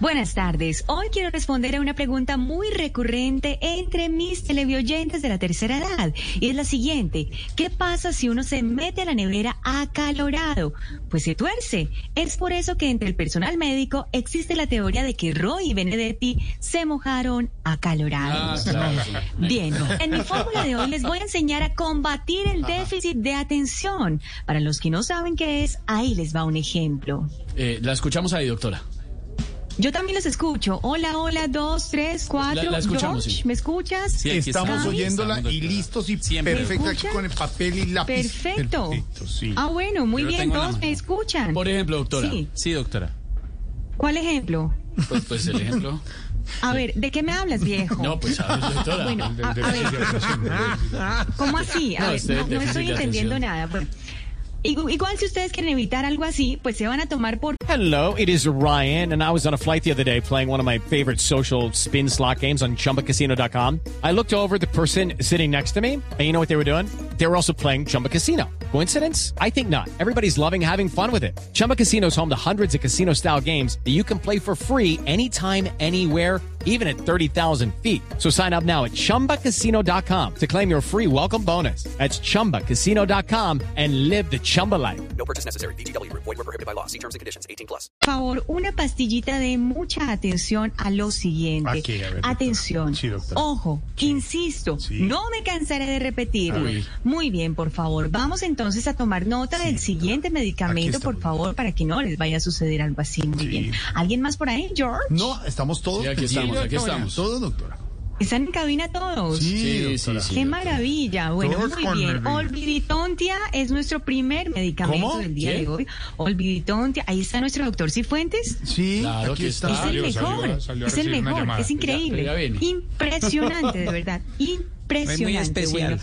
Buenas tardes. Hoy quiero responder a una pregunta muy recurrente entre mis televidentes de la tercera edad. Y es la siguiente. ¿Qué pasa si uno se mete a la nevera acalorado? Pues se tuerce. Es por eso que entre el personal médico existe la teoría de que Roy y Benedetti se mojaron acalorados. Bien, en mi fórmula de hoy les voy a enseñar a combatir el déficit de atención. Para los que no saben qué es, ahí les va un ejemplo. Eh, la escuchamos ahí, doctora. Yo también los escucho. Hola, hola, dos, tres, cuatro. La- la escuchamos, George, sí. ¿Me escuchas? Sí, aquí Estamos estamos. oyéndola Estamos, y doctora. listos y Siempre. perfecta aquí ¿Escucha? con el papel y lápiz. Perfecto. Perfecto, sí. Ah, bueno, muy Yo lo bien, tengo en la todos mano. me escuchan. Por e- ejemplo, doctora. Sí. doctora. ¿Cuál ejemplo? Pues, pues el ejemplo. A ver, ¿de qué me hablas, viejo? No, pues a ver, doctora. Bueno, a, a ver, ¿cómo así? A No, ver, usted no, no déficit estoy de entendiendo atención. nada. Bueno, igu- igual si ustedes quieren evitar algo así, pues se van a tomar por Hello, it is Ryan, and I was on a flight the other day playing one of my favorite social spin slot games on chumbacasino.com. I looked over at the person sitting next to me, and you know what they were doing? They were also playing Chumba Casino. Coincidence? I think not. Everybody's loving having fun with it. Chumba Casino is home to hundreds of casino style games that you can play for free anytime, anywhere, even at 30,000 feet. So sign up now at chumbacasino.com to claim your free welcome bonus. That's chumbacasino.com and live the Chumba life. No purchase necessary. VGW Group. Void were prohibited by law. See terms and conditions. 18 plus. favor una pastillita de mucha atención a lo siguiente. ¿A qué? A ver, doctora. atención. Sí, doctora. Ojo, insisto, no me cansaré de repetirlo. Uy. Muy bien, por favor. Vamos entonces a tomar nota del siguiente medicamento, está, por muy favor, para que no les vaya a suceder algo así. Muy bien. ¿Alguien más por ahí, George? No, estamos todos. Sí, aquí pendientes. estamos, aquí Doctora, estamos. Todos, doctora. ¿Están en cabina todos? Sí, sí, sí. Qué maravilla. Bueno, Todos muy con bien. nervios. Olviditontia es nuestro primer medicamento ¿Cómo? del día ¿Qué? de hoy. Olviditontia. Ahí está nuestro doctor Cifuentes. Sí, Claro aquí que está. Es el Salió, salió, mejor, salió a es el recibir una mejor, llamada. es increíble, Ya, ya viene. impresionante, de verdad, impresionante. especial. Bueno.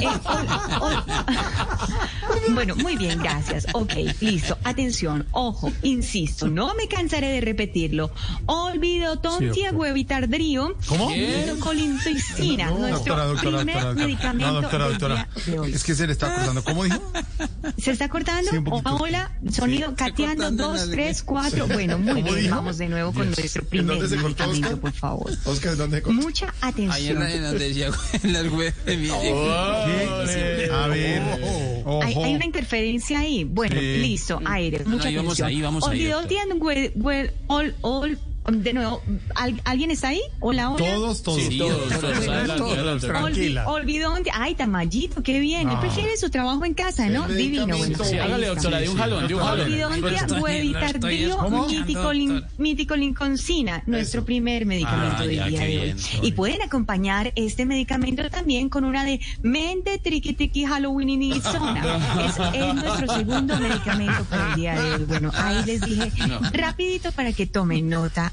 Eh, o- o- bueno, muy bien, gracias. Ok, listo. Atención, ojo, insisto, no me cansaré de repetirlo. Olvido tontia huevitardrío. ¿Cómo? Colintoicina, nuestro Doctora, doctora, primer doctora, doctora. medicamento No, doctora, del doctora. día de hoy. Es que se le está acusando. ¿Cómo dijo? ¿Se está cortando? Sí, un poquito. Hola, sonido cateando, dos, tres, cuatro. Bueno, muy ¿Cómo bien, dijo? vamos de nuevo con nuestro ¿En primer dónde se cortó, medicamento, Oscar? por favor. Oscar, ¿dónde cortó? Mucha atención. Oh, ¿Qué? A ver. Ojo. Hay, hay una interferencia ahí. Bueno, Sí. Mm. listo, aire. Mucha ahí vamos, atención. ahí vamos, ahí, Olvidó doctora. el día, güey, güey, ol- ol- de nuevo, ¿al- ¿alguien está ahí? Hola, hola. Todos, todos. Sí, doctora, adelante, adelante. Olvi- olvidó un día- Ay, Tamayito, qué bien. Ah. Él prefiere su trabajo en casa, ¿no? El Divino. medicamento. Bueno, Sí, ahí hágale, está. doctora, de un jalón, de un jalón. Orquidontia huevitardío miticolin- miticolinconsina, nuestro primer medicamento Ah, del ya, día qué de hoy. bien, Y pueden acompañar este medicamento también con una de mente triqui triqui Halloween Es, es nuestro segundo medicamento para el día de hoy. Bueno, ahí les dije rapidito para que tomen nota